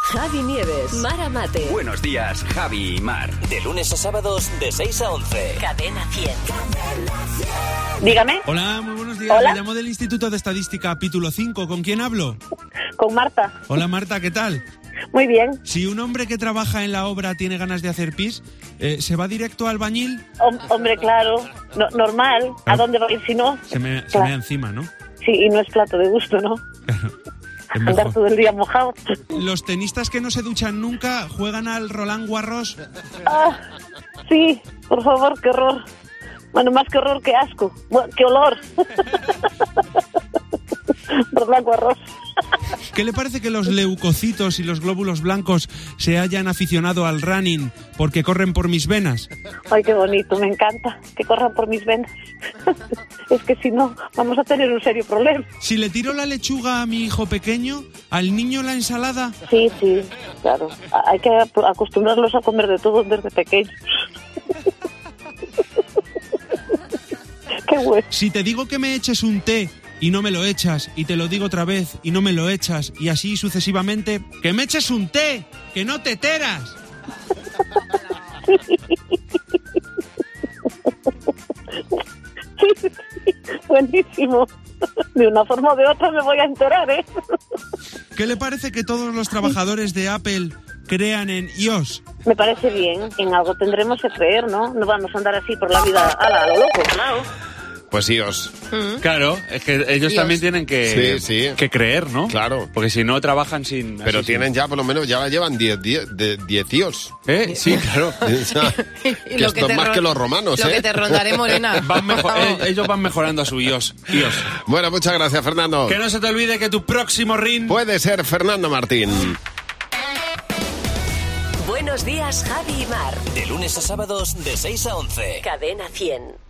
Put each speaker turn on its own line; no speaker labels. Javi Nieves, Mara Mate,
Buenos días, Javi y Mar.
De lunes a sábados de 6 a 11.
Cadena 100.
Dígame,
Hola, muy buenos días.
Hola.
Me llamo del Instituto de Estadística, capítulo 5. ¿Con quién hablo?
con Marta.
Hola, Marta, ¿qué tal?
Muy bien.
Si un hombre que trabaja en la obra tiene ganas de hacer pis, eh, ¿se va directo al bañil?
Hom- hombre, claro. No- normal.
Ah.
¿A dónde va a ir si no?
Se me, se
Claro.
mea encima, ¿no?
Sí, y no es plato de gusto, ¿no?
Es
Andar
mejor.
todo el día mojado.
Los tenistas que no se duchan nunca juegan al Roland Garros.
Ah, sí, por favor, qué horror. Bueno, más que horror, que asco. Bueno, qué olor. Roland Garros.
¿Qué le parece que los leucocitos y los glóbulos blancos se hayan aficionado al running porque corren por mis venas?
Ay, qué bonito, me encanta. Que corran por mis venas. es que si no, vamos a tener un serio problema.
Si le tiro la lechuga a mi hijo pequeño, al niño la ensalada.
Sí, sí, claro. A- Hay que ap- acostumbrarlos a comer de todo desde pequeños. Qué bueno.
Si te digo que me eches un té y no me lo echas, y te lo digo otra vez y no me lo echas, y así sucesivamente, que me eches un té, que no te teras.
Buenísimo. De una forma o de otra me voy a enterar, ¿eh?
¿Qué le parece que todos los trabajadores de Apple crean en iOS?
Me parece bien. En algo tendremos que creer, ¿no? No vamos a andar así por la vida a, la, a lo loco.
Pues iOS.
Claro, es que ellos
Dios.
también tienen que,
Sí, sí.
que creer, ¿no?
Claro.
Porque si no, trabajan sin...
Pero
así,
tienen ya, por lo menos, ya llevan 10 diez, de- diez iOS.
sin- ¿Eh? Sí, claro.
O sea, que
Lo
esto es
te
más
ro-
que los romanos,
Lo
¿eh?
que te rondaré, Morena.
Van mejo- eh,
Vamos.
ellos van mejorando a su iOS. iOS.
Bueno, muchas gracias, Fernando.
Que no se te olvide que tu próximo ring...
Puede ser Fernando Martín.
Buenos días, Javi y Mar.
De lunes a sábados de 6 a 11.
Cadena 100.